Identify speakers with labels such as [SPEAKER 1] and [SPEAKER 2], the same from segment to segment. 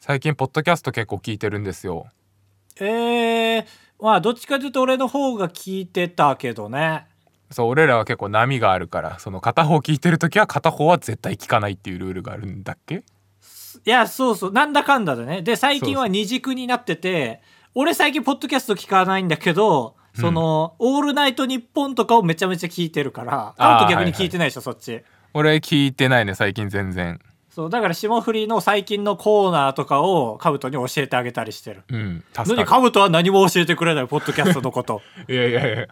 [SPEAKER 1] 最近ポッドキャスト結構聞いてるんですよ
[SPEAKER 2] えー、まあどっちかというと俺の方が聞いてたけどね
[SPEAKER 1] そう俺らは結構波があるからその片方聞いてる時は片方は絶対聞かないっていうルールがあるんだっけ
[SPEAKER 2] いやそうそうなんだかんだでねで最近は二軸になってて俺最近ポッドキャスト聞かないんだけどその、オールナイトニッポン」とかをめちゃめちゃ聞いてるからあんと逆に聞いてないでしょ、そっち
[SPEAKER 1] 俺聞いてないね最近全然
[SPEAKER 2] そうだから霜降りの最近のコーナーとかをカブトに教えてあげたりしてる
[SPEAKER 1] うん助か
[SPEAKER 2] 何カブトは何も教えてくれないポッドキャストのこと
[SPEAKER 1] るいやいやいや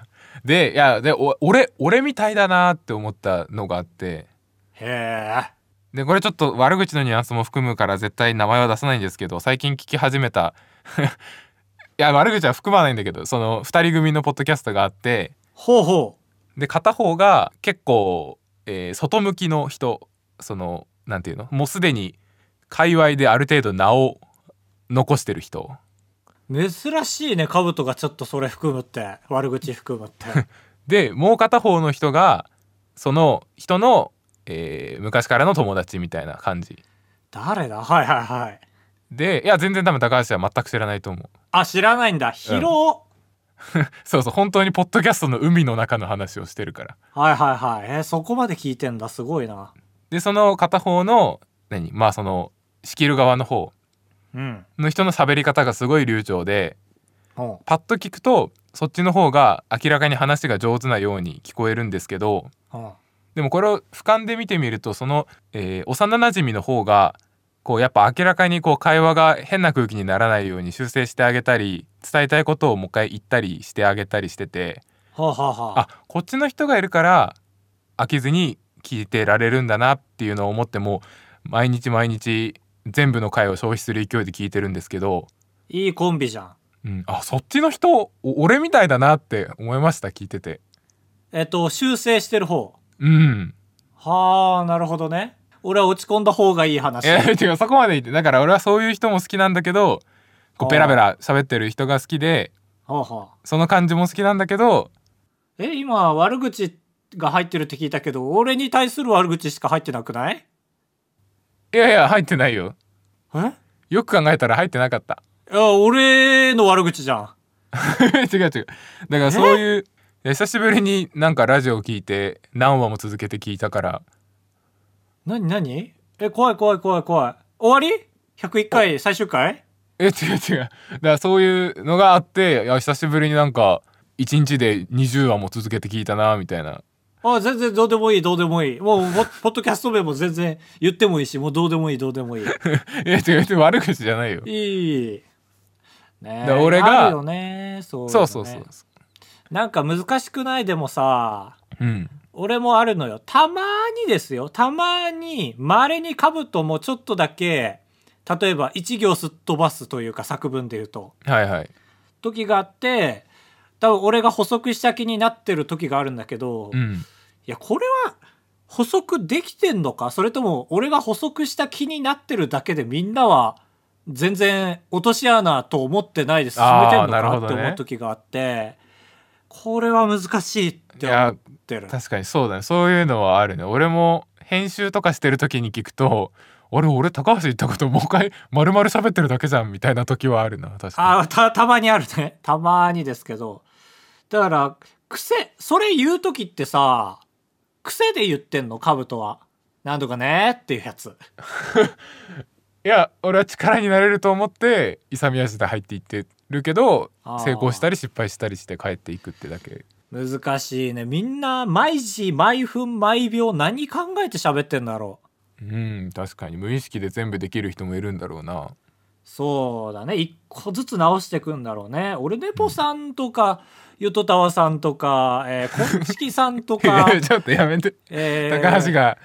[SPEAKER 1] でいやでお俺俺みたいだなって思ったのがあって
[SPEAKER 2] へえ
[SPEAKER 1] でこれちょっと悪口のニュアンスも含むから絶対名前は出さないんですけど最近聞き始めた いや悪口は含まないんだけどその2人組のポッドキャストがあって
[SPEAKER 2] ほうほう
[SPEAKER 1] で片方が結構、えー外向きの人そのなんていうのもうすでに界隈である程度名を残してる人
[SPEAKER 2] 珍しいねカブトがちょっとそれ含むって悪口含むって
[SPEAKER 1] でもう片方の人がその人の、えー昔からの友達みたいな感じ
[SPEAKER 2] 誰だはいはいはい
[SPEAKER 1] でいや全然多分高橋は全く知らないと思う
[SPEAKER 2] あ知らないんだ広、
[SPEAKER 1] そうそう本当にポッドキャストの海の中の話をしてるから
[SPEAKER 2] はいはいはいえーそこまで聞いてんだすごいな
[SPEAKER 1] でその片方の何まあその仕切る側の方
[SPEAKER 2] うん
[SPEAKER 1] の人の喋り方がすごい流暢で
[SPEAKER 2] おう
[SPEAKER 1] パッと聞くとそっちの方が明らかに話が上手なように聞こえるんですけど
[SPEAKER 2] おう
[SPEAKER 1] でもこれを俯瞰で見てみるとその、えー幼なじみの方がこうやっぱ明らかにこう会話が変な空気にならないように修正してあげたり伝えたいことをもう一回言ったりしてあげたりしてて
[SPEAKER 2] はあ、はあはあ、
[SPEAKER 1] あこっちの人がいるから飽きずに聞いてられるんだなっていうのを思ってもう毎日毎日全部の回を消費する勢いで聞いてるんですけど、
[SPEAKER 2] いいコンビじゃん
[SPEAKER 1] うん、あそっちの人お俺みたいだなって思いました聞いてて。
[SPEAKER 2] えっと修正してる方
[SPEAKER 1] うん
[SPEAKER 2] はあなるほどね俺は落ち込んだ方がいい話、
[SPEAKER 1] え ー、てかそこまで言ってだから俺はそういう人も好きなんだけどこ
[SPEAKER 2] あー
[SPEAKER 1] うベラベラ喋ってる人が好きで
[SPEAKER 2] はあはあ
[SPEAKER 1] その感じも好きなんだけど
[SPEAKER 2] え今悪口が入ってるって聞いたけど俺に対する悪口しか入ってなくない
[SPEAKER 1] いやいや入ってないよ
[SPEAKER 2] えい
[SPEAKER 1] よく考えたら入ってなかった
[SPEAKER 2] や俺の悪口じゃん
[SPEAKER 1] 違う違うだからそういういや久しぶりになんかラジオを聞いて何話も続けて聞いたから
[SPEAKER 2] 何何え怖い怖い怖い怖い終わり ?101 回最終回
[SPEAKER 1] え違う違うだからそういうのがあっていや久しぶりになんか1日で20話も続けて聞いたなみたいな
[SPEAKER 2] あ全然どうでもいいどうでもいいもうポポッドキャスト名も全然言ってもいいしもうどうでもいいどうでもい い
[SPEAKER 1] いや違う違う悪口じゃないよ
[SPEAKER 2] いいねえ
[SPEAKER 1] だ俺が
[SPEAKER 2] あるよねそういうの
[SPEAKER 1] そ
[SPEAKER 2] ね
[SPEAKER 1] うそうそう
[SPEAKER 2] なんか難しくないでもさ
[SPEAKER 1] うん
[SPEAKER 2] 俺もあるのよたまにですよたまにまれに兜もちょっとだけ例えば一行すっ飛ばすというか作文で言うと
[SPEAKER 1] はいはい
[SPEAKER 2] 時があって多分俺が補足した気になってる時があるんだけど、
[SPEAKER 1] う
[SPEAKER 2] い
[SPEAKER 1] ん
[SPEAKER 2] やこれは補足できてんのかそれとも俺が補足した気になってるだけでみんなは全然落とし穴と思ってないで進めてんの
[SPEAKER 1] あーなる
[SPEAKER 2] か
[SPEAKER 1] ほど
[SPEAKER 2] って
[SPEAKER 1] ね
[SPEAKER 2] 思う時があってこれは難しいって思ってる。
[SPEAKER 1] 確かにそうだねそういうのはあるね俺も編集とかしてる時に聞くとあれ俺高橋行ったこともう一回丸々喋ってるだけじゃんみたいな時はあるな確か
[SPEAKER 2] あたたまにあるね たまにですけどだから癖それ言う時ってさ癖で言ってんのカブトはなんとかねっていうやつ
[SPEAKER 1] にいや俺は力になれると思って勇み足で入っていってるけど
[SPEAKER 2] あー
[SPEAKER 1] 成功したり失敗したりして帰っていくってだけ
[SPEAKER 2] 難しいねみんな毎時毎分毎秒何考えて喋ってんだろう
[SPEAKER 1] うん確かに無意識で全部できる人もいるんだろうな
[SPEAKER 2] そうだね一個ずつ直していくんだろうね俺ネポさんとか、ゆとたわさんとか、え ー、こんちきさんとか、
[SPEAKER 1] ちょっとやめて
[SPEAKER 2] えー
[SPEAKER 1] 高橋が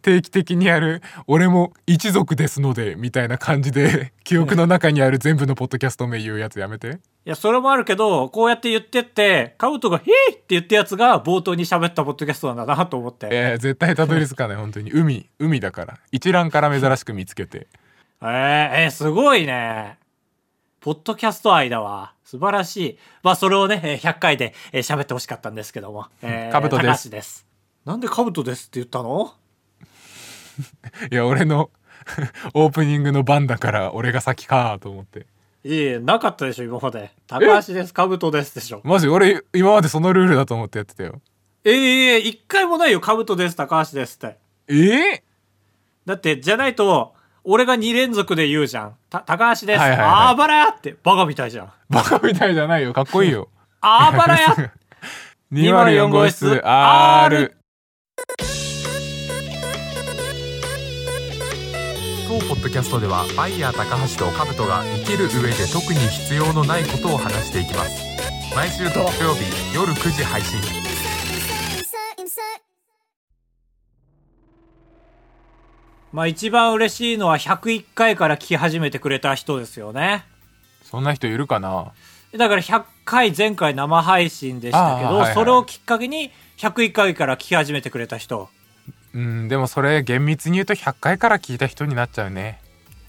[SPEAKER 1] 定期的にやる「俺も一族ですので」みたいな感じで記憶の中にある全部のポッドキャスト名言うやつやめて
[SPEAKER 2] いや、それもあるけど、こうやって言ってって、カブトがヒーって言ったやつが冒頭に喋ったポッドキャストなんだなと思って。
[SPEAKER 1] えー、絶対たどり着かない本当に海海だから一覧から珍しく見つけて
[SPEAKER 2] えー、えーすごいね。ポッドキャスト愛だわ。素晴らしい。まあ、それをね、えー100回でえー喋ってほしかったんですけども。えー、
[SPEAKER 1] カブトです
[SPEAKER 2] 高橋です。なんでカブトですって言ったの
[SPEAKER 1] いや俺の オープニングの番だから俺が先かと思って
[SPEAKER 2] いえいえなかったでしょ今まで高橋ですカブトですでしょ
[SPEAKER 1] マジ俺今までそのルールだと思ってやってたよ
[SPEAKER 2] えええ一回もないよカブトです高橋ですって
[SPEAKER 1] えー、
[SPEAKER 2] だってじゃないと俺が2連続で言うじゃん「た高橋です」
[SPEAKER 1] はいはいはい
[SPEAKER 2] あばらや」ってバカみたいじゃん
[SPEAKER 1] バカみたいじゃないよかっこいいよ
[SPEAKER 2] 「あばらや」
[SPEAKER 1] 204号室 R 当ポッドキャストではバイヤー高橋と兜が生きる上で特に必要のないことを話していきます毎週土曜日夜9時配信
[SPEAKER 3] Insert, insert, insert.
[SPEAKER 2] まあ一番嬉しいのは101回から聞き始めてくれた人ですよね
[SPEAKER 1] そんな人いるかな
[SPEAKER 2] だから100回前回生配信でしたけど、
[SPEAKER 1] あーはいはい
[SPEAKER 2] それをきっかけに101回から聞き始めてくれた人
[SPEAKER 1] うんでもそれ厳密に言うと100回から聞いた人になっちゃうね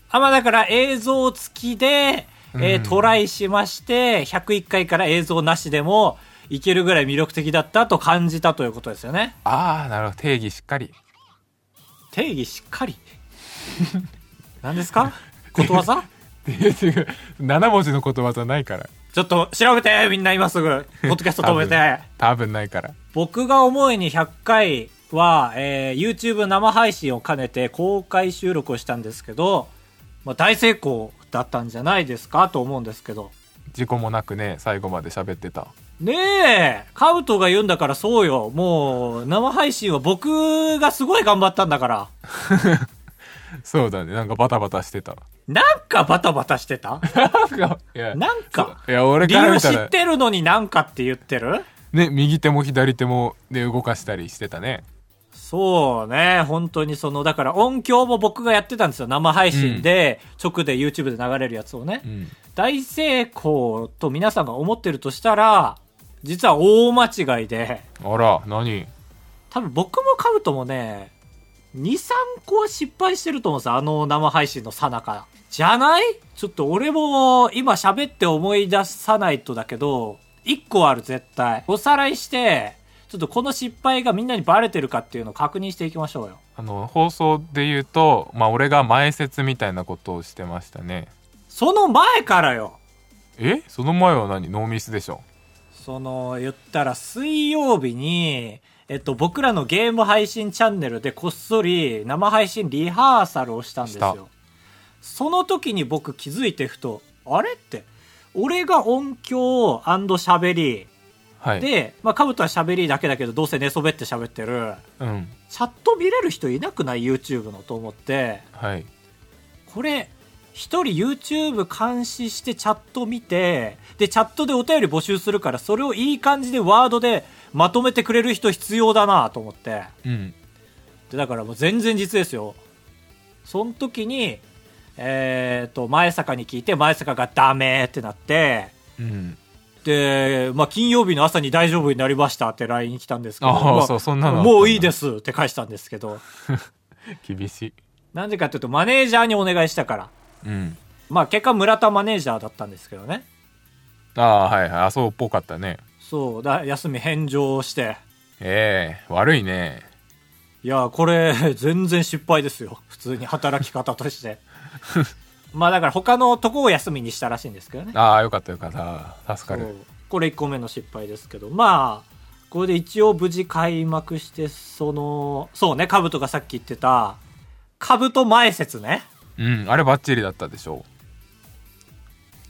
[SPEAKER 2] あまあだから映像付きで、えー
[SPEAKER 1] うん
[SPEAKER 2] トライしまして101回から映像なしでもいけるぐらい魅力的だったと感じたということですよね
[SPEAKER 1] ああなるほど定義しっかり
[SPEAKER 2] 定義しっか り何ですかことわざ
[SPEAKER 1] 7文字のことわざないから
[SPEAKER 2] ちょっと調べてみんな今 すぐポッドキャスト止めて
[SPEAKER 1] 多分ないから
[SPEAKER 2] 僕が思いに100回は、えー YouTube 生配信を兼ねて公開収録をしたんですけど、まあ、大成功だったんじゃないですかと思うんですけど
[SPEAKER 1] 事故もなくね最後まで喋ってた
[SPEAKER 2] ねえカブトが言うんだからそうよもう生配信は僕がすごい頑張ったんだから
[SPEAKER 1] そうだねなんかバタバタしてた
[SPEAKER 2] なんかバタバタしてた
[SPEAKER 1] いや
[SPEAKER 2] なんか
[SPEAKER 1] いや俺
[SPEAKER 2] 理
[SPEAKER 1] から
[SPEAKER 2] 由
[SPEAKER 1] 見
[SPEAKER 2] 知
[SPEAKER 1] た
[SPEAKER 2] っ
[SPEAKER 1] ら
[SPEAKER 2] てるのになんかって言ってる
[SPEAKER 1] ね右手も左手もで動かしたりしてたね
[SPEAKER 2] そうね、本当にその、だから音響も僕がやってたんですよ。生配信で、直で YouTube で流れるやつをね。
[SPEAKER 1] うん
[SPEAKER 2] 大成功と皆さんが思ってるとしたら、実は大間違いで、
[SPEAKER 1] あら何
[SPEAKER 2] 多分僕もカブトもね、2、3個は失敗してると思うんですよ。あの生配信のさなか。じゃないちょっと俺も今喋って思い出さないとだけど、1個はある絶対。おさらいして、ちょっとこの失敗がみんなにバレてるかっていうのを確認していきましょうよ。
[SPEAKER 1] あの放送で言うとまあ俺が前説みたいなことをしてましたね
[SPEAKER 2] その前からよ
[SPEAKER 1] えその前は何ノーミスでしょ
[SPEAKER 2] その言ったら水曜日に、えっと、僕らのゲーム配信チャンネルでこっそり生配信リハーサルをしたんです
[SPEAKER 1] した
[SPEAKER 2] よその時に僕気づいてふとあれって俺が音響喋り
[SPEAKER 1] はい
[SPEAKER 2] で、まあ、カブトは喋りだけだけどどうせ寝そべって喋ってる
[SPEAKER 1] うん
[SPEAKER 2] チャット見れる人いなくない YouTube のと思って
[SPEAKER 1] はい
[SPEAKER 2] これ一人 YouTube 監視してチャット見てでチャットでお便り募集するからそれをいい感じでワードでまとめてくれる人必要だなと思って
[SPEAKER 1] うん
[SPEAKER 2] でだからもう全然実ですよその時にえっと前坂に聞いて前坂がダメってなって
[SPEAKER 1] うん
[SPEAKER 2] で、まあ、金曜日の朝に大丈夫になりましたって LINE 来たんですけど
[SPEAKER 1] ああ
[SPEAKER 2] ま
[SPEAKER 1] そうそんなのあったんだ
[SPEAKER 2] もういいですって返したんですけど
[SPEAKER 1] 厳しい
[SPEAKER 2] なんでかっていうとマネージャーにお願いしたから
[SPEAKER 1] うん
[SPEAKER 2] まあ結果村田マネージャーだったんですけどね
[SPEAKER 1] ああはいはいあそうっぽかったね
[SPEAKER 2] そうだ休み返上して
[SPEAKER 1] ええ悪いね
[SPEAKER 2] いやこれ 全然失敗ですよ普通に働き方として まあだから他のとこを休みにしたらしいんですけどね
[SPEAKER 1] ああよかったよかった助か
[SPEAKER 2] そう
[SPEAKER 1] る
[SPEAKER 2] これ1個目の失敗ですけどまあこれで一応無事開幕してそのそうね兜がさっき言ってた兜前説ね
[SPEAKER 1] うんあれバッチリだったでしょ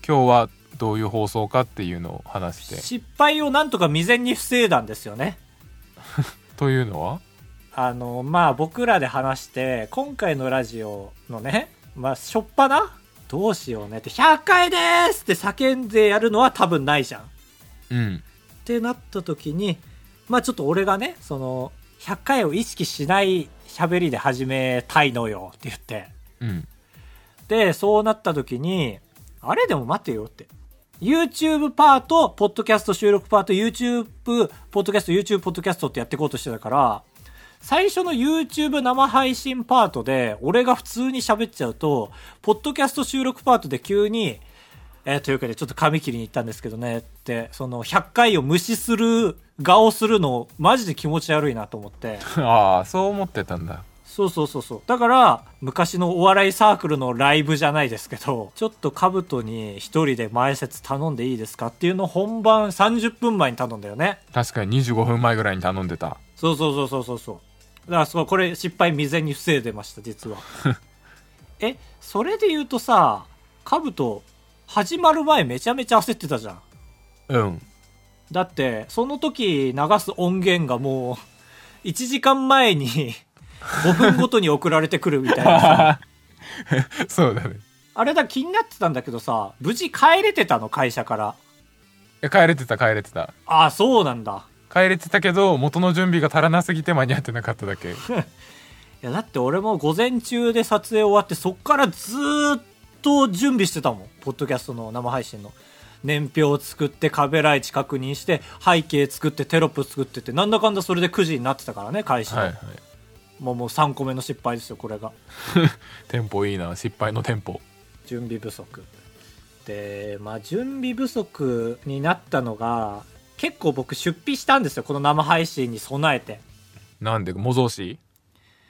[SPEAKER 1] 今日はどういう放送かっていうのを話して
[SPEAKER 2] 失敗をなんとか未然に防いだんですよね
[SPEAKER 1] というのは
[SPEAKER 2] あのまあ僕らで話して今回のラジオのねまあしょっぱなどうしようねって「100回です!」って叫んでやるのは多分ないじゃん。っ
[SPEAKER 1] うん
[SPEAKER 2] てなった時にまあちょっと俺がねその100回を意識しない喋りで始めたいのよって言って
[SPEAKER 1] うん
[SPEAKER 2] でそうなった時にあれでも待てよって YouTube パートポッドキャスト収録パート YouTube ポッドキャスト YouTube ポッドキャストってやっていこうとしてたから最初の YouTube 生配信パートで俺が普通に喋っちゃうとポッドキャスト収録パートで急にえーというかね、ちょっと髪切りに行ったんですけどねって、その100回を無視する顔するの、マジで気持ち悪いなと思って。
[SPEAKER 1] ああそう思ってたんだ
[SPEAKER 2] そうそうそうそうだから昔のお笑いサークルのライブじゃないですけどちょっと兜に一人で前説頼んでいいですかっていうのを本番30分前に頼んだよね
[SPEAKER 1] 確かに25分前ぐらいに頼んでた
[SPEAKER 2] そうそうそうそうそうそうだからそうこれ失敗未然に防いでました実はえそれで言うとさ兜始まる前めちゃめちゃ焦ってたじゃん
[SPEAKER 1] うん
[SPEAKER 2] だってその時流す音源がもう1時間前に5分ごとに送られてくるみたいなさ
[SPEAKER 1] そうだね
[SPEAKER 2] あれだ気になってたんだけどさ無事帰れてたの会社から
[SPEAKER 1] え帰れてた帰れてた
[SPEAKER 2] ああそうなんだ
[SPEAKER 1] 帰れてたけど元の準備が足らなすぎて間に合ってなかっただ け
[SPEAKER 2] いやだって俺も午前中で撮影終わってそっからずーっと準備してたもんポッドキャストの生配信の年表を作ってカメラ位置確認して背景作ってテロップ作ってってなんだかんだそれで9時になってたからね開始の、
[SPEAKER 1] はいはい
[SPEAKER 2] もうもう3個目の失敗ですよこれが
[SPEAKER 1] テンポいいな失敗のテンポ
[SPEAKER 2] 準備不足でまあ準備不足になったのが結構僕出費したんですよこの生配信に備えて
[SPEAKER 1] なんで模造紙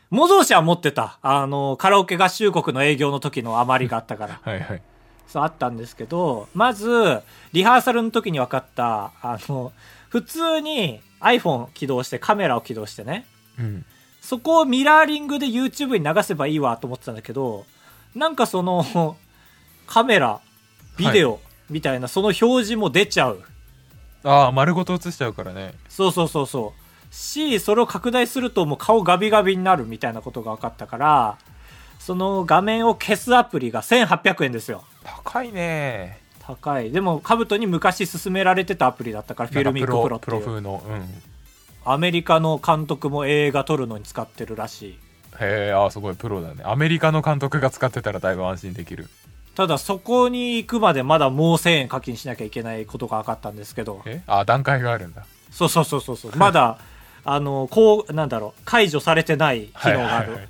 [SPEAKER 2] 模造紙は持ってたあのカラオケ合衆国の営業の時の余りがあった から
[SPEAKER 1] はいはい
[SPEAKER 2] そうあったんですけどまずリハーサルの時に分かったあの普通に iPhone 起動してカメラを起動してね
[SPEAKER 1] うん
[SPEAKER 2] そこをミラーリングで YouTube に流せばいいわと思ってたんだけどなんかそのカメラビデオみたいなその表示も出ちゃう、
[SPEAKER 1] ああ丸ごと写しちゃうからね
[SPEAKER 2] そうそうそうそうしそれを拡大するともう顔ガビガビになるみたいなことが分かったからその画面を消すアプリが1800円ですよ
[SPEAKER 1] 高いね
[SPEAKER 2] 高いでもカブトに昔勧められてたアプリだったからフィルミックプロって
[SPEAKER 1] なんかプロ
[SPEAKER 2] いう
[SPEAKER 1] 風のうん
[SPEAKER 2] アメリカの監督も映画撮るのに使ってるらしい
[SPEAKER 1] へえあーすごいプロだねアメリカの監督が使ってたらだいぶ安心できる
[SPEAKER 2] ただそこに行くまでまだもう1000円課金しなきゃいけないことが分かったんですけど
[SPEAKER 1] えあー段階があるんだ
[SPEAKER 2] そうそうそうそうそうまだあのこうなんだろう解除されてない機能があ
[SPEAKER 1] は
[SPEAKER 2] る、
[SPEAKER 1] いはいはい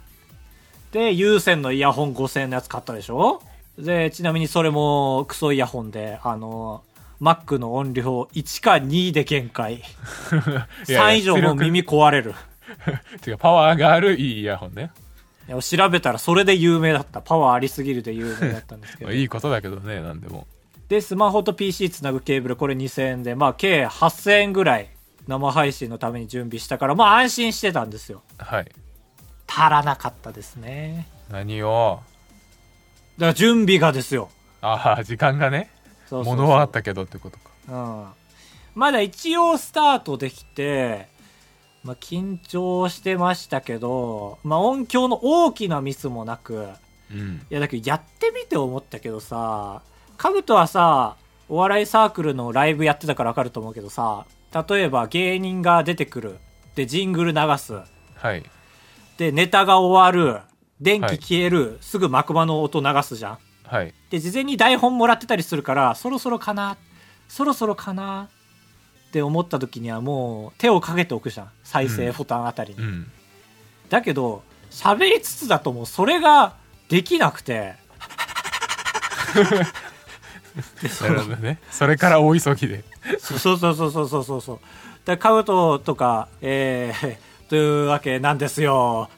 [SPEAKER 2] で有線のイヤホン5000円のやつ買ったでしょでちなみにそれもクソイヤホンであの Mac の音量1か2で限界
[SPEAKER 1] いや
[SPEAKER 2] 3以上もう耳壊れる
[SPEAKER 1] 違うパワーがあるいいイヤホンね
[SPEAKER 2] いや調べたらそれで有名だったパワーありすぎるで有名だったんですけ
[SPEAKER 1] ま
[SPEAKER 2] ど
[SPEAKER 1] あいいことだけどねなんでも
[SPEAKER 2] でスマホと PC つなぐケーブルこれ2000円でまあ計8000円ぐらい生配信のために準備したからまあ安心してたんですよ
[SPEAKER 1] はい
[SPEAKER 2] 足らなかったですね
[SPEAKER 1] 何を
[SPEAKER 2] だから準備がですよ
[SPEAKER 1] ああ時間がね
[SPEAKER 2] そうそうそう
[SPEAKER 1] 物はあったけどってことか
[SPEAKER 2] うん、まだ一応スタートできて、まあ、緊張してましたけど、まあ、音響の大きなミスもなく
[SPEAKER 1] うん
[SPEAKER 2] いやだけどやってみて思ったけどさカブトはさお笑いサークルのライブやってたから分かると思うけどさ例えば芸人が出てくるでジングル流す
[SPEAKER 1] はい
[SPEAKER 2] でネタが終わる電気消える、すぐ幕間の音流すじゃん
[SPEAKER 1] はい
[SPEAKER 2] で事前に台本もらってたりするからそろそろかなそろそろかなって思った時にはもう手をかけておくじゃん再生ボタンあたりに、
[SPEAKER 1] うん
[SPEAKER 2] だけど喋りつつだともうそれができなくてでそ
[SPEAKER 1] な
[SPEAKER 2] の
[SPEAKER 1] るほどねそれから大急ぎで
[SPEAKER 2] そうそうそうそうそうそうそうだカブトとかえー、というわけなんですよ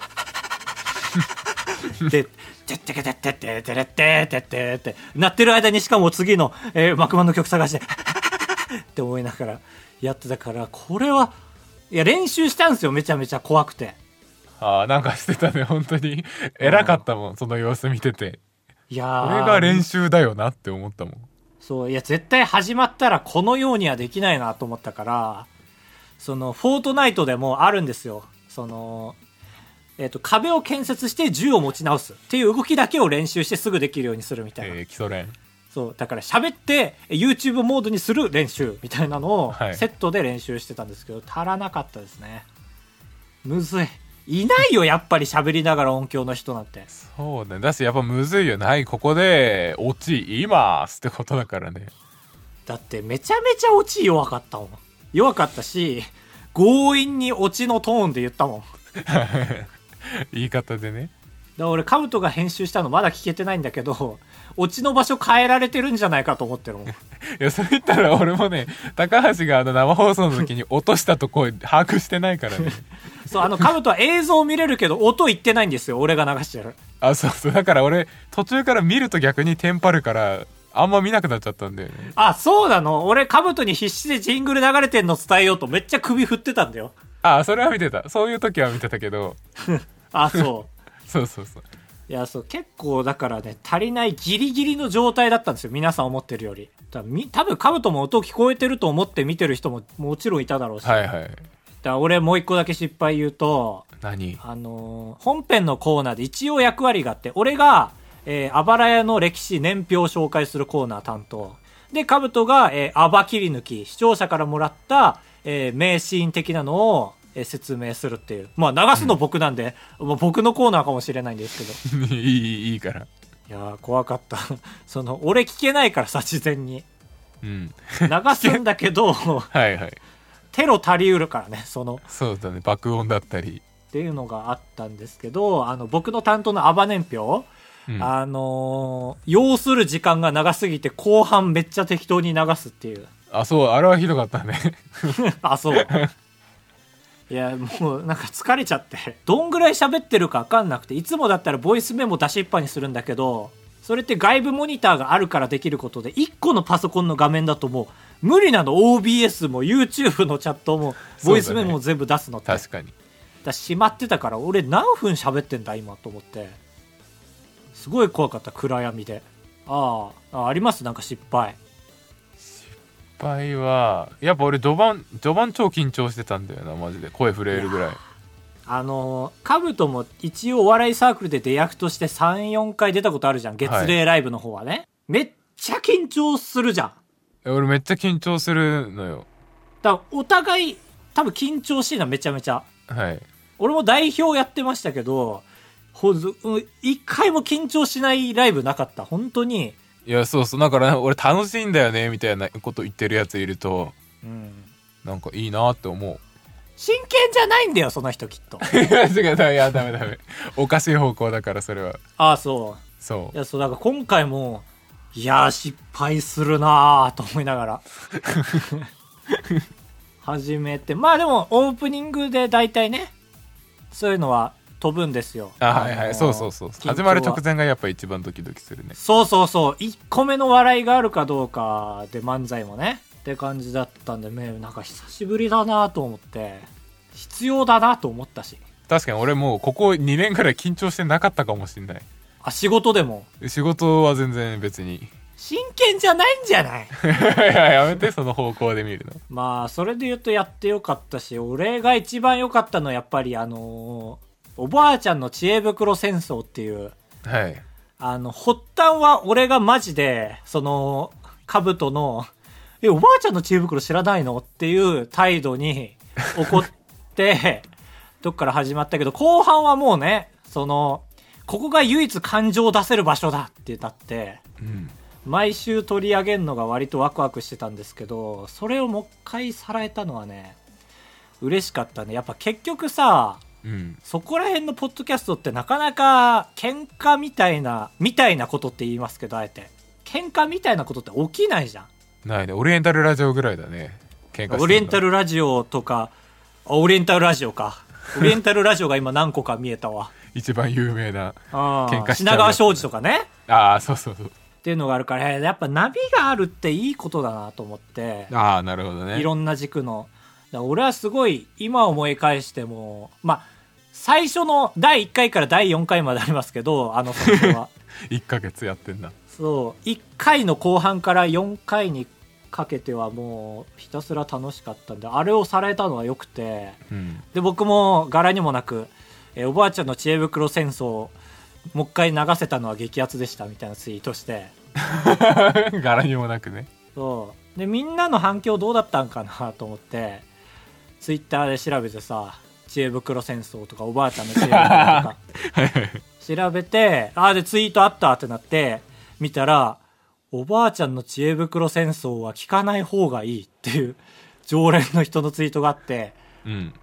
[SPEAKER 2] で「てってけてってっててれっててって」って鳴ってる間にしかも次の、えー、幕間の曲探して「って思いながらやってたからこれはいや練習したんですよめちゃめちゃ怖くて
[SPEAKER 1] ああなんかしてたね本当に偉かったもんその様子見てて
[SPEAKER 2] いや
[SPEAKER 1] こ
[SPEAKER 2] ー
[SPEAKER 1] れが練習だよなって思ったもん
[SPEAKER 2] そういや絶対始まったらこのようにはできないなと思ったからそのフォートナイトでもあるんですよその、えっと壁を建設して銃を持ち直すっていう動きだけを練習してすぐできるようにするみたいな、
[SPEAKER 1] えー基礎練
[SPEAKER 2] そうだから喋ってえ YouTube モードにする練習みたいなのを
[SPEAKER 1] はい
[SPEAKER 2] セットで練習してたんですけど、足らなかったですねむずいいないよやっぱり喋りながら音響の人なんて
[SPEAKER 1] そうねだしやっぱむずいよねはいここで落ちいますってことだからね
[SPEAKER 2] だってめちゃめちゃオチ弱かったもん弱かったし強引にオチのトーンで言ったもんだか
[SPEAKER 1] 言い方でね
[SPEAKER 2] ら俺カブトが編集したのまだ聞けてないんだけどオチの場所変えられてるんじゃないかと思ってるもん
[SPEAKER 1] いやそれ言ったら俺もね高橋があの生放送の時に落としたとこ把握してないからね
[SPEAKER 2] そうあのカブトは映像見れるけど音言ってないんですよ俺が流してる
[SPEAKER 1] あそうそうだから俺途中から見ると逆にテンパるからあんま見なくなっちゃったんだよね
[SPEAKER 2] あそうなの俺カブトに必死でジングル流れてんの伝えようとめっちゃ首振ってたんだよ
[SPEAKER 1] あそれは見てたそういう時は見てたけど
[SPEAKER 2] あそう
[SPEAKER 1] そうそうそう
[SPEAKER 2] いやそう結構だからね足りないギリギリの状態だったんですよ皆さん思ってるよりだからみ多分カブトも音聞こえてると思って見てる人ももちろんいただろうし、だか
[SPEAKER 1] はいはい
[SPEAKER 2] ら俺もう一個だけ失敗言うと
[SPEAKER 1] 何
[SPEAKER 2] あのー本編のコーナーで一応役割があって俺が、えー、あばら屋の歴史年表を紹介するコーナー担当でカブトが、えー、あば切り抜き視聴者からもらった、えー名シーン的なのを、えー説明するっていうまあ流すの僕なんで、まあ僕のコーナーかもしれないんですけど
[SPEAKER 1] いいいいいいから
[SPEAKER 2] いやー怖かった その俺聞けないからさ事前に
[SPEAKER 1] うん
[SPEAKER 2] 流すんだけど
[SPEAKER 1] はいはい
[SPEAKER 2] テロ足りうるからねその
[SPEAKER 1] そうだね爆音だったり、
[SPEAKER 2] っていうのがあったんですけどあの僕の担当のアバ年表
[SPEAKER 1] うん、あ
[SPEAKER 2] あのー要する時間が長すぎて後半めっちゃ適当に流すっていう。
[SPEAKER 1] そうあれはひどかったね
[SPEAKER 2] あ、 そう。いや、もうなんか疲れちゃって。どんぐらい喋ってるかわかんなくて、いつもだったらボイスメモ出しっぱにするんだけど、それって外部モニターがあるからできることで、1個のパソコンの画面だともう無理なの。OBS も YouTube のチャットも、ボイスメモも全部出すのって。
[SPEAKER 1] 確かに
[SPEAKER 2] だしまってたから俺何分喋ってんだ今と思ってすごい怖かった暗闇であああありますなんか失敗
[SPEAKER 1] 場合はやっぱ俺序盤序盤超緊張してたんだよなマジで声震えるぐらい
[SPEAKER 2] あのーカブトも一応お笑いサークルで出役として34回出たことあるじゃん月例ライブの方はね、めっちゃ緊張するじゃん
[SPEAKER 1] え俺めっちゃ緊張するのよ
[SPEAKER 2] だからお互い多分緊張していなめちゃめちゃ
[SPEAKER 1] はい
[SPEAKER 2] 俺も代表やってましたけどほずうん一回も緊張しないライブなかった本当に
[SPEAKER 1] いやそうそうだから俺楽しいんだよねみたいなこと言ってるやついると
[SPEAKER 2] うん
[SPEAKER 1] なんかいいなって思う
[SPEAKER 2] 真剣じゃないんだよその人きっと
[SPEAKER 1] いや違ういやダメダメおかしい方向だからそれは
[SPEAKER 2] ああそ
[SPEAKER 1] そう
[SPEAKER 2] いやそうだから今回もいやー失敗するなーと思いながら 始めてまあでもオープニングで大体ねそういうのは飛ぶんですよ
[SPEAKER 1] あはい
[SPEAKER 2] あ
[SPEAKER 1] は
[SPEAKER 2] のー
[SPEAKER 1] いそうそうそう
[SPEAKER 2] 緊張は
[SPEAKER 1] 始まる直前がやっぱ一番ドキドキするね
[SPEAKER 2] そうそうそう1個目の笑いがあるかどうかで漫才もねって感じだったんでねなんか久しぶりだなーと思って必要だなと思ったし
[SPEAKER 1] 確かに俺もうここ2年ぐらい緊張してなかったかもしんない
[SPEAKER 2] あ仕事でも
[SPEAKER 1] 仕事は全然別 にい
[SPEAKER 2] 真剣じゃないんじゃない
[SPEAKER 1] ややめてその方向で見るの
[SPEAKER 2] まあそれで言うとやってよかったし俺が一番良かったのはやっぱりあのーおばあちゃんの知恵袋戦争っていう
[SPEAKER 1] はい
[SPEAKER 2] あの発端は俺がマジでその兜の「えおばあちゃんの知恵袋知らないの?」っていう態度に怒ってどっから始まったけど後半はもうねそのここが唯一感情を出せる場所だってなって
[SPEAKER 1] うん
[SPEAKER 2] 毎週取り上げるのが割とワクワクしてたんですけどそれをもう一回さらえたのはね嬉しかったねやっぱ結局さ
[SPEAKER 1] うん
[SPEAKER 2] そこら辺のポッドキャストってなかなか喧嘩みたいなみたいなことって言いますけどあえて喧嘩みたいなことって起きないじゃん
[SPEAKER 1] ないねオリエンタルラジオぐらいだね喧嘩してるの
[SPEAKER 2] オリエンタルラジオとかあオリエンタルラジオかオリエンタルラジオが今何個か見えたわ
[SPEAKER 1] 一番有名な
[SPEAKER 2] あ
[SPEAKER 1] 喧嘩しちゃうやつ
[SPEAKER 2] ー品川庄司とかね
[SPEAKER 1] ああそうそうそう
[SPEAKER 2] っていうのがあるからやっぱナビがあるっていいことだなと思って
[SPEAKER 1] ああなるほどね
[SPEAKER 2] いろんな軸の。だから俺はすごい今思い返しても、まあ、最初の第1回から第4回までありますけど、あの放送は。
[SPEAKER 1] 1ヶ月やってんだ
[SPEAKER 2] そう、1回の後半から4回にかけてはもうひたすら楽しかったんで、あれをされたのは良くて、
[SPEAKER 1] うん
[SPEAKER 2] で、僕も柄にもなく、えーおばあちゃんの知恵袋戦争、もう一回流せたのは激アツでしたみたいなツイートして、
[SPEAKER 1] 柄にもなくね
[SPEAKER 2] そうでみんなの反響どうだったんかなと思ってツイッターで調べてさ知恵袋戦争とかおばあちゃんの知 恵袋とか調べてああでツイートあったってなって見たらおばあちゃんの知恵袋戦争は聞かない方がいいっていう常連の人のツイートがあって
[SPEAKER 1] うん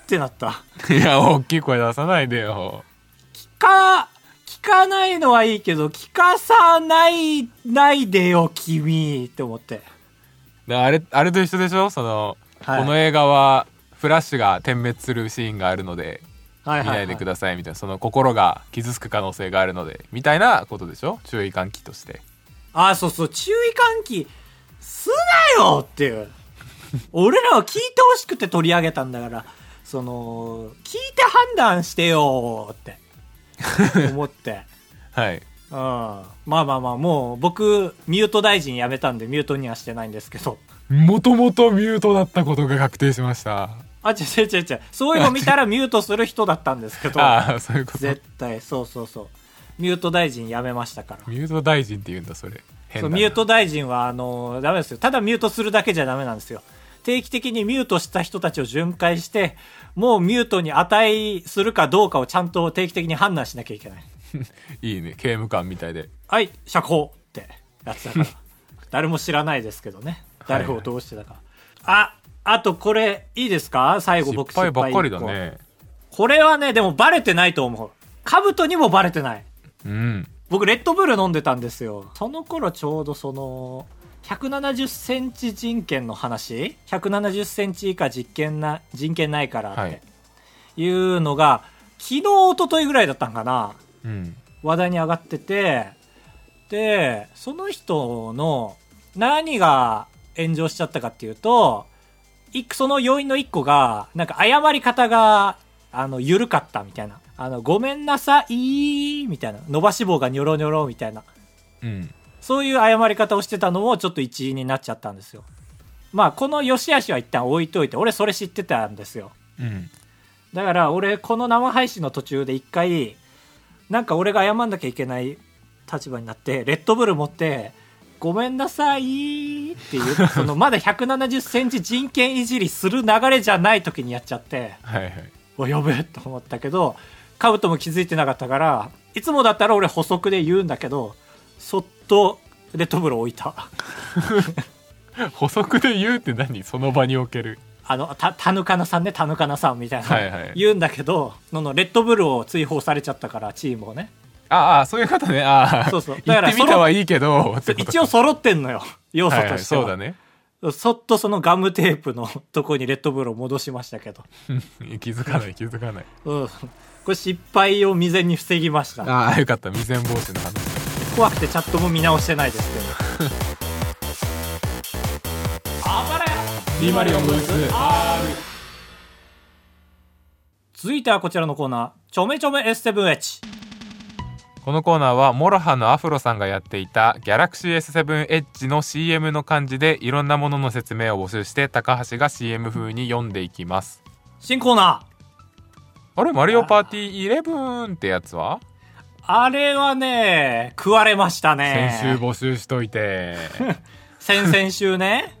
[SPEAKER 2] ってなった
[SPEAKER 1] いや大きい声出さないでよ
[SPEAKER 2] 聞か聞かないのはいいけど聞かさないないでよ君って思って
[SPEAKER 1] であれあれと一緒でしょその、
[SPEAKER 2] はい
[SPEAKER 1] この映画はフラッシュが点滅するシーンがあるので
[SPEAKER 2] はい
[SPEAKER 1] 見
[SPEAKER 2] は、
[SPEAKER 1] ないいでく
[SPEAKER 2] はい。
[SPEAKER 1] ださいみたいなその心が傷つく可能性があるのでみたいなことでしょ注意喚起として
[SPEAKER 2] あ、そうそう、注意喚起すなよっていう。俺らは聞いてほしくて取り上げたんだから、その、聞いて判断してよって思って。
[SPEAKER 1] はい
[SPEAKER 2] うん。まあまあまあ、もう僕、ミュート大臣辞めたんでミュートにはしてないんですけど。
[SPEAKER 1] もともとミュートだったことが確定しました
[SPEAKER 2] あ、違う違う違う。そういうの見たらミュートする人だったんですけど。
[SPEAKER 1] ああそういうこと
[SPEAKER 2] 絶対、そうそうそう。ミュート大臣辞めましたから。
[SPEAKER 1] ミュート大臣って言うんだそれ変だ
[SPEAKER 2] そう
[SPEAKER 1] な
[SPEAKER 2] ミュート大臣はあのーダメですよただミュートするだけじゃダメなんですよ定期的にミュートした人たちを巡回してもうミュートに値するかどうかをちゃんと定期的に判断しなきゃいけない
[SPEAKER 1] いいね刑務官みたいで
[SPEAKER 2] はい釈放ってやつだから 誰も知らないですけどね誰をどうしてだか、ああとこれいいですか最後
[SPEAKER 1] 失
[SPEAKER 2] 僕
[SPEAKER 1] 敗ばっかり
[SPEAKER 2] 失
[SPEAKER 1] だ
[SPEAKER 2] 敗一個
[SPEAKER 1] ね
[SPEAKER 2] これはねでもバレてないと思うカブトにもバレてない
[SPEAKER 1] うん
[SPEAKER 2] 僕レッドブル飲んでたんですよその頃ちょうどその170センチ人権の話170センチ以下実権な人権ないから
[SPEAKER 1] は
[SPEAKER 2] っ
[SPEAKER 1] い
[SPEAKER 2] ていうのが、昨日一昨日ぐらいだったんかな
[SPEAKER 1] うん
[SPEAKER 2] 話題に上がっててでその人の何が炎上しちゃったかっていうといその要因の一個がなんか謝り方があの緩かったみたいな「あのごめんなさい」みたいな伸ばし棒がニョロニョロみたいな
[SPEAKER 1] うん
[SPEAKER 2] そういう謝り方をしてたのもちょっと一因になっちゃったんですよまあこの良し悪しは一旦置いといて俺それ知ってたんですよ
[SPEAKER 1] うん
[SPEAKER 2] だから俺この生配信の途中で一回なんか俺が謝んなきゃいけない立場になってレッドブル持って「ごめんなさい」っていうそのまだ1 7 0センチ人権いじりする流れじゃない時にやっちゃって
[SPEAKER 1] はいはい
[SPEAKER 2] おやべえと思ったけどカブトも気づいてなかったからいつもだったら俺補足で言うんだけどそっとレッドブルを置いた
[SPEAKER 1] 補足で言うって何その場における
[SPEAKER 2] あのたたぬかなさんねたぬかなさんみたいな、
[SPEAKER 1] はいはい
[SPEAKER 2] 言うんだけどののレッドブルを追放されちゃったからチームをね
[SPEAKER 1] ああそういうことねああ
[SPEAKER 2] そうそう
[SPEAKER 1] 言
[SPEAKER 2] だ
[SPEAKER 1] っ
[SPEAKER 2] から
[SPEAKER 1] てみたはいいけどってこと
[SPEAKER 2] 一応揃ってんのよ要素
[SPEAKER 1] はいは
[SPEAKER 2] と
[SPEAKER 1] い
[SPEAKER 2] して
[SPEAKER 1] そ
[SPEAKER 2] は、
[SPEAKER 1] うだね
[SPEAKER 2] そっとそのガムテープのとこにレッドブルを戻しましたけど、
[SPEAKER 1] 気づかない気づかない
[SPEAKER 2] うん、これ失敗を未然に防ぎました
[SPEAKER 1] ああよかった未然防止の話
[SPEAKER 2] 怖くてチャットも見直してないですけど あばれ
[SPEAKER 1] リマリオンブース
[SPEAKER 2] 続いてはこちらのコーナーちょめちょめ S7H
[SPEAKER 1] このコーナーはモロハのアフロさんがやっていたギャラクシー S7 エッジの CM の漢字でいろんなものの説明を募集して高橋が CM 風に読んでいきます
[SPEAKER 2] 新コーナー
[SPEAKER 1] あれマリオパーティー11ってやつは
[SPEAKER 2] あれはね食われましたね
[SPEAKER 1] 先週募集しといて
[SPEAKER 2] 先々週ね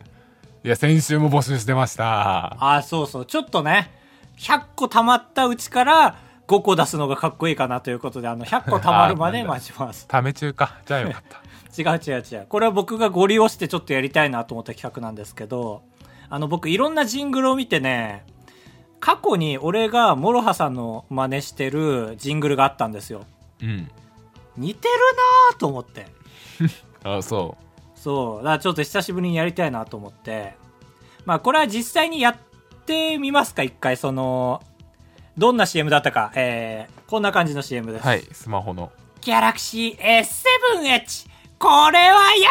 [SPEAKER 1] いや先週も募集してました
[SPEAKER 2] あそうそうちょっとね100個溜まったうちから5個出すのがかっこいいかなということであの100個溜まる ま
[SPEAKER 1] あ
[SPEAKER 2] で
[SPEAKER 1] ーなんだ
[SPEAKER 2] 待ちます
[SPEAKER 1] ため中かじゃあよかった
[SPEAKER 2] 違う違う違うこれは僕がご利用してちょっとやりたいなと思った企画なんですけどあの僕いろんなジングルを見てね過去に俺がモロハさんの真似してるジングルがあったんですよ
[SPEAKER 1] うん
[SPEAKER 2] 似てるなぁと思って
[SPEAKER 1] あそ
[SPEAKER 2] そうだからちょっと久しぶりにやりたいなと思ってまあこれは実際にやってみますか一回そのどんな CM だったか、えー、こんな感じの CM で
[SPEAKER 1] う
[SPEAKER 2] す、
[SPEAKER 1] はいスマホの
[SPEAKER 2] ギャラクシー S7H これはやばい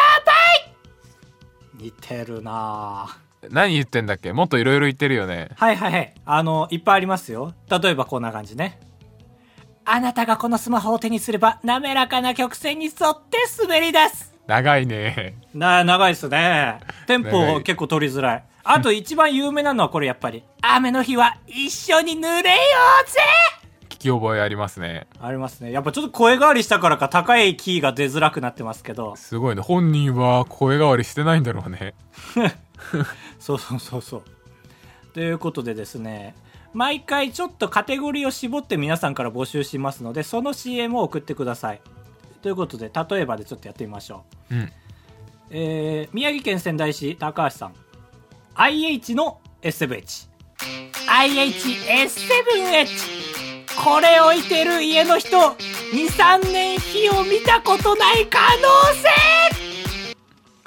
[SPEAKER 2] 似てるなぁ
[SPEAKER 1] 何言ってんだっけもっといろいろ言ってるよね
[SPEAKER 2] はいはいはいあのいっぱいありますよ例えばこんな感じねあなたがこのスマホを手にすれば滑らかな曲線に沿って滑り出す
[SPEAKER 1] 長いね
[SPEAKER 2] な長いですねテン
[SPEAKER 1] 長
[SPEAKER 2] ポ
[SPEAKER 1] い
[SPEAKER 2] 結構取りづらいあと一番有名なのはこれやっぱり雨の日は一緒に濡れようぜ
[SPEAKER 1] 聞き覚えありますね
[SPEAKER 2] ありますねやっぱちょっと声変わりしたからか高いキーが出づらくなってますけど
[SPEAKER 1] すごいね本人は声変わりしてないんだろうね
[SPEAKER 2] そうそうそうそう。ということでですね、毎回ちょっとカテゴリーを絞って皆さんから募集しますので、その CM を送ってください。ということで、例えばでちょっとやってみましょう。
[SPEAKER 1] うん
[SPEAKER 2] えー、宮城県仙台市高橋さん。IH の S7H。IHS7H! これ置いてる家の人、2、3年火を見たことない可能性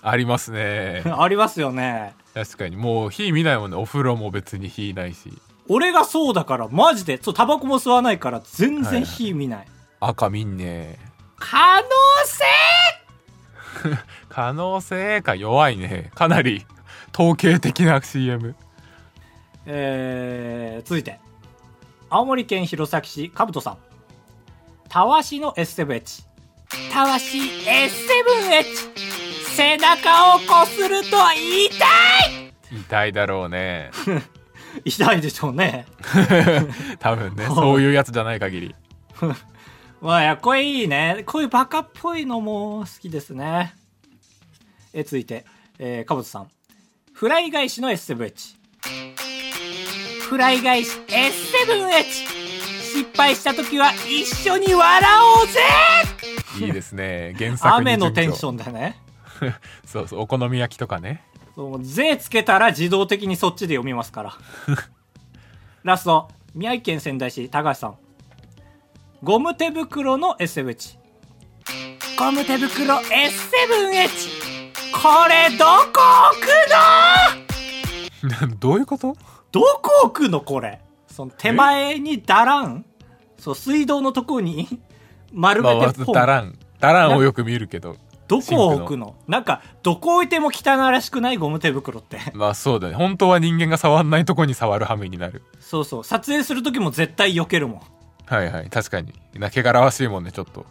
[SPEAKER 1] ありますね
[SPEAKER 2] ありますよね
[SPEAKER 1] 確かにもう火見ないもんねお風呂も別に火ないし
[SPEAKER 2] 俺がそうだからマジでそうタバコも吸わないから全然火見ない、
[SPEAKER 1] 赤見んね
[SPEAKER 2] 可能性
[SPEAKER 1] 可能性か弱いねかなり統計的な CM
[SPEAKER 2] えー、続いて青森県弘前市かぶとさんたわしの S7H たわし S7H 背中をこすると痛
[SPEAKER 1] 痛いだろうね
[SPEAKER 2] い痛いでしょうね
[SPEAKER 1] 多分 ねそういうやつじゃない限り
[SPEAKER 2] まあいやこれいいねこういうバカっぽいのも好きですねえ続いて、えー、かぶとさんフライ返しの S7H フライ返し S7H 失敗した時は一緒に笑おうぜ
[SPEAKER 1] いいですね原作に
[SPEAKER 2] 雨のテンショ
[SPEAKER 1] ン
[SPEAKER 2] ンだね
[SPEAKER 1] そうそうお好み焼きとかね
[SPEAKER 2] そう「ぜ」つけたら自動的にそっちで読みます からラスト宮城県仙台市高橋さんゴム手袋の S7H ゴム手袋 S7H これどこ置くの
[SPEAKER 1] どういうこと
[SPEAKER 2] どこ置くのこれその手前にだらんそう水道のとこに 丸
[SPEAKER 1] まあ
[SPEAKER 2] め
[SPEAKER 1] ま
[SPEAKER 2] て
[SPEAKER 1] ず
[SPEAKER 2] ポン、
[SPEAKER 1] ダランダランをよく見るけど
[SPEAKER 2] どこ置
[SPEAKER 1] シ
[SPEAKER 2] く
[SPEAKER 1] ン
[SPEAKER 2] のなんかどこ置いても汚らしくないゴム手袋って
[SPEAKER 1] まあそうだね本当は人間が触んないとこに触る羽目になる
[SPEAKER 2] そうそう撮影する時も絶対避けるもん
[SPEAKER 1] はいはい確かにな汚らわしいもんねちょっと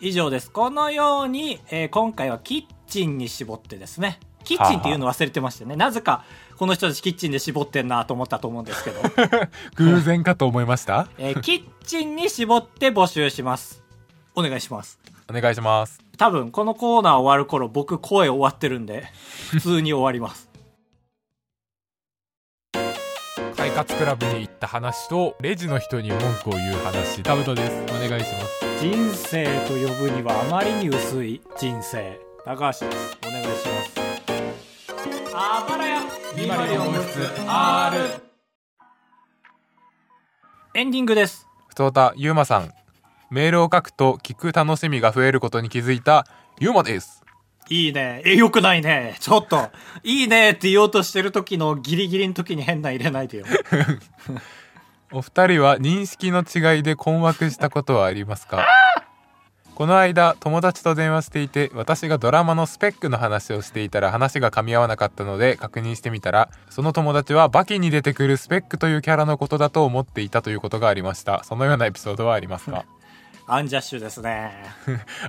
[SPEAKER 2] 以上ですこのように、えー今回はキッチンに絞ってですねキッチンっていうの忘れてましたねなぜかこの人たちキッチンで絞ってんなと思ったと思うんですけ ど、
[SPEAKER 1] 偶然かと思いました
[SPEAKER 2] えーキッチンに絞って募集しますお願いします
[SPEAKER 1] お願いします
[SPEAKER 2] 多分このコーナー終わる頃僕声終わってるんで普通に終わります
[SPEAKER 1] 快活クラブに行った話とレジの人に文句を言う話タブトですお願いします
[SPEAKER 2] 人生と呼ぶにはあまりに薄い人生高橋ですお願いしますあばらやエンディングです
[SPEAKER 1] ふとたゆうまさんメールを書くと聞く楽しみが増えることに気づいたゆうまです
[SPEAKER 2] いいね。え、よくないね。ちょっと。いいねって言おうとしてる時のギリギリの時に変な入 れないでよ。
[SPEAKER 1] お二人は認識の違いで困惑したことはありますかこの間友達と電話していて私がドラマのスペックの話をしていたら話が噛み合わなかったので確認してみたらその友達はバキに出てくるスペックというキャラのことだと思っていたということがありましたそのようなエピソードはありますか
[SPEAKER 2] アンジャッシュですね。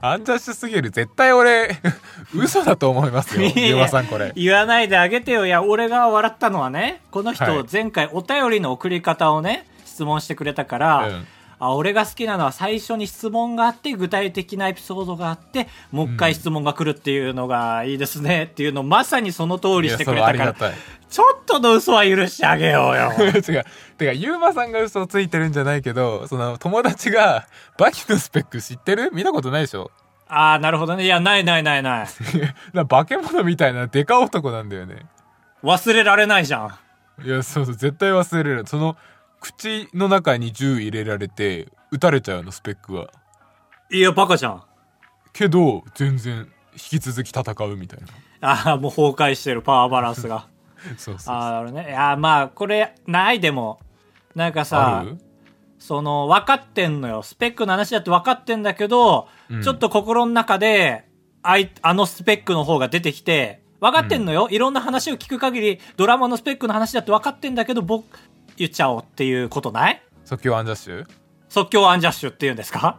[SPEAKER 1] アンジャッシュすぎる絶対俺 嘘だと思いますよ ゆうまさんこれ
[SPEAKER 2] 言わないであげてよ。いや、俺が笑ったのはね、この
[SPEAKER 1] は
[SPEAKER 2] 人
[SPEAKER 1] い
[SPEAKER 2] 前回お便りの送り方をね、質問してくれたから、
[SPEAKER 1] うん
[SPEAKER 2] あ俺が好きなのは最初に質問があって具体的なエピソードがあってもう一回質問が来るっていうのがいいですねっていうのをまさにその通
[SPEAKER 1] い
[SPEAKER 2] り
[SPEAKER 1] や
[SPEAKER 2] して
[SPEAKER 1] そ
[SPEAKER 2] くれ
[SPEAKER 1] れはあ
[SPEAKER 2] た
[SPEAKER 1] り
[SPEAKER 2] か
[SPEAKER 1] が
[SPEAKER 2] ら
[SPEAKER 1] たい
[SPEAKER 2] ちょっとの嘘は許してあげようよ
[SPEAKER 1] 違うてかゆうまさんが嘘をついてるんじゃないけどその友達がバキのスペック知ってる見たことないでしょ
[SPEAKER 2] ああなるほどねいやないないないない
[SPEAKER 1] な化け物みたいなデカ男なんだよね
[SPEAKER 2] 忘れられないじゃん。
[SPEAKER 1] いやそうそう絶対忘れるその口の中に銃入れられて撃たれちゃうのスペックはい
[SPEAKER 2] や、バカじゃん。
[SPEAKER 1] けど全然引き続き戦うみたいな
[SPEAKER 2] ああ、もう崩壊してる、パワーバラン スが。
[SPEAKER 1] そうそう
[SPEAKER 2] ああ、なるほどね。いや、まあ、これ、ないでも。なんか
[SPEAKER 1] あ
[SPEAKER 2] さ、
[SPEAKER 1] る
[SPEAKER 2] その、分かってんのよ。スペックの話だって分かってんだけど、
[SPEAKER 1] うん
[SPEAKER 2] ちょっと心の中で、あい、あのスペックの方が出てきて、分かってんのよ。いろんな話を聞く限り、ドラマのスペックの話だって分かってんだけど、僕、言っちゃおうっていうことない
[SPEAKER 1] 即興アンジャッシュ
[SPEAKER 2] 即興アンジャッシュっていうんです か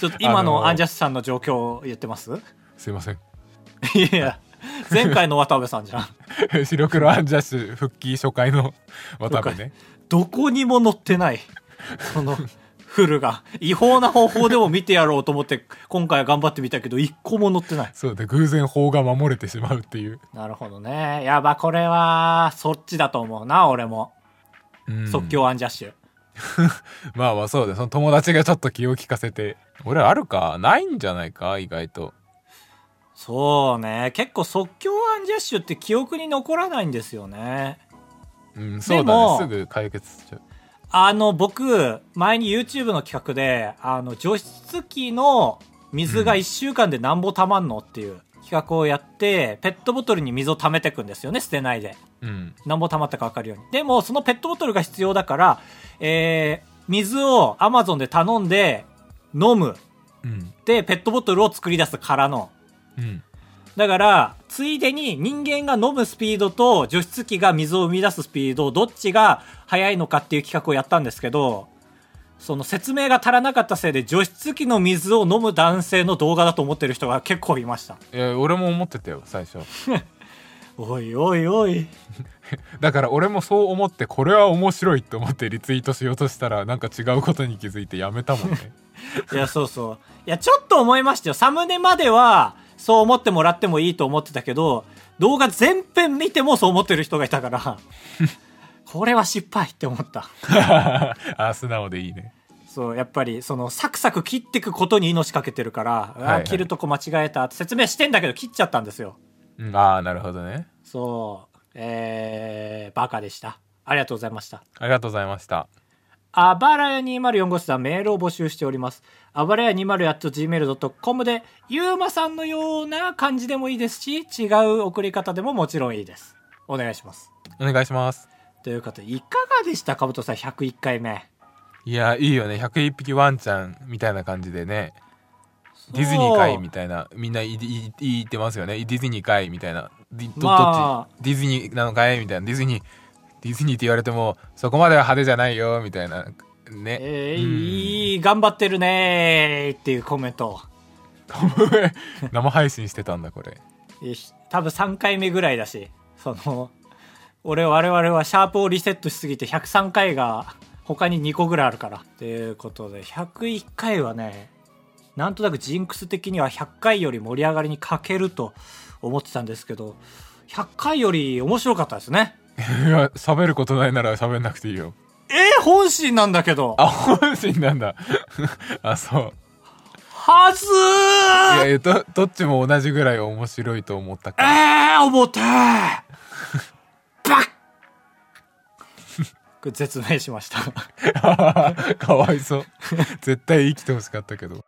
[SPEAKER 2] ちょっと今
[SPEAKER 1] あの
[SPEAKER 2] の
[SPEAKER 1] ー
[SPEAKER 2] アンジャッシュさんの状況を言ってます
[SPEAKER 1] すいません
[SPEAKER 2] いやいや、前回の渡部さんじゃん。
[SPEAKER 1] 白黒アンジャッシュ復帰初回の渡部ね
[SPEAKER 2] どこにも載ってない。その、フルが。違法な方法でも見てやろうと思って、今回は頑張ってみたけど、一個も載ってない。
[SPEAKER 1] そうで偶然法が守れてしまうっていう、
[SPEAKER 2] なるほどね。やば、これは、そっちだと思うな、俺も。
[SPEAKER 1] うん
[SPEAKER 2] 即興アンジャッシュ。
[SPEAKER 1] まあまあそうだよその友達がちょっと気を利かせて俺あるかないんじゃないか意外と
[SPEAKER 2] そうね。結構即興アンジャッシュって記憶に残らないんですよね。
[SPEAKER 1] うんそう
[SPEAKER 2] で
[SPEAKER 1] だ
[SPEAKER 2] も
[SPEAKER 1] ねすぐ解決しちゃう
[SPEAKER 2] あの、僕、前に YouTube の企画で、あの、除湿機の水が一週間でなんぼ溜まんのっていう企画をやってペットボトルに水を溜めてくんですよね捨てないで
[SPEAKER 1] うん
[SPEAKER 2] 何ぼ溜まったか分かるようにでもそのペットボトルが必要だから、えー水を Amazon で頼んで飲む
[SPEAKER 1] うん
[SPEAKER 2] でペットボトルを作り出すからの
[SPEAKER 1] うん
[SPEAKER 2] だからついでに人間が飲むスピードと除湿機が水を生み出すスピードどっちが速いのかっていう企画をやったんですけどその説明が足らなかったせいで除湿機の水を飲む男性の動画だと思ってる人が結構いました
[SPEAKER 1] いや俺も思ってたよ最初
[SPEAKER 2] おいおいおい
[SPEAKER 1] だから俺もそう思ってこれは面白いって思ってリツイートしようとしたらなんか違うことに気づいてやめたもん ね
[SPEAKER 2] いや、そうそう。いや、ちょっと思いましたよ。サムネまでは、そう思ってもらってもいいと思ってたけど、動画全編見てもそう思ってる人がいた から、これは失敗って思った。
[SPEAKER 1] あ素直でいいね
[SPEAKER 2] そう、やっぱり、その、サクサク切ってくことに命かけてるから、
[SPEAKER 1] はいは
[SPEAKER 2] あ
[SPEAKER 1] い
[SPEAKER 2] 切るとこ間違えたって説明してんだけど切っちゃったんですよ。
[SPEAKER 1] うんああなるほどね
[SPEAKER 2] そう。えー、バカでした。ありがとうございました。
[SPEAKER 1] ありがとうございました
[SPEAKER 2] あばらや204号室はメールを募集しております。あばらや 20.gmail.com で、ゆうまさんのような感じでもいいですし、違う送り方でももちろんいいです。お願いします。
[SPEAKER 1] お願いします
[SPEAKER 2] ということで、いかがでしたかぶとさん101回目。
[SPEAKER 1] いやいいよね101匹ワンちゃんみたいな感じでねディズニー会みたいなみんないいい言ってますよねディズニー会みたいなディど
[SPEAKER 2] まあ
[SPEAKER 1] どっちディズニーなのかいみたいなディズニーディズニーって言われてもそこまでは派手じゃないよみたいなね
[SPEAKER 2] えー
[SPEAKER 1] うん
[SPEAKER 2] いい、頑張ってるねーっていうコメント。
[SPEAKER 1] 生配信してたんだこれ
[SPEAKER 2] えひ多分3回目ぐらいだし、その、俺、我々はシャープをリセットしすぎて103回が他に2個ぐらいあるから。ということで、101回はね、なんとなくジンクス的には100回より盛り上がりに欠けると思ってたんですけど、100回より面白かったですね。
[SPEAKER 1] いや喋ることないなら喋んなくていいよ
[SPEAKER 2] えー本心なんだけど
[SPEAKER 1] あ本心なんだ あそう
[SPEAKER 2] はず
[SPEAKER 1] いや
[SPEAKER 2] ー
[SPEAKER 1] いやどどっちも同じぐらい面白いと思ったから
[SPEAKER 2] えー、重たいバッ これ絶明しました。
[SPEAKER 1] かわいそう絶対生きてほしかったけど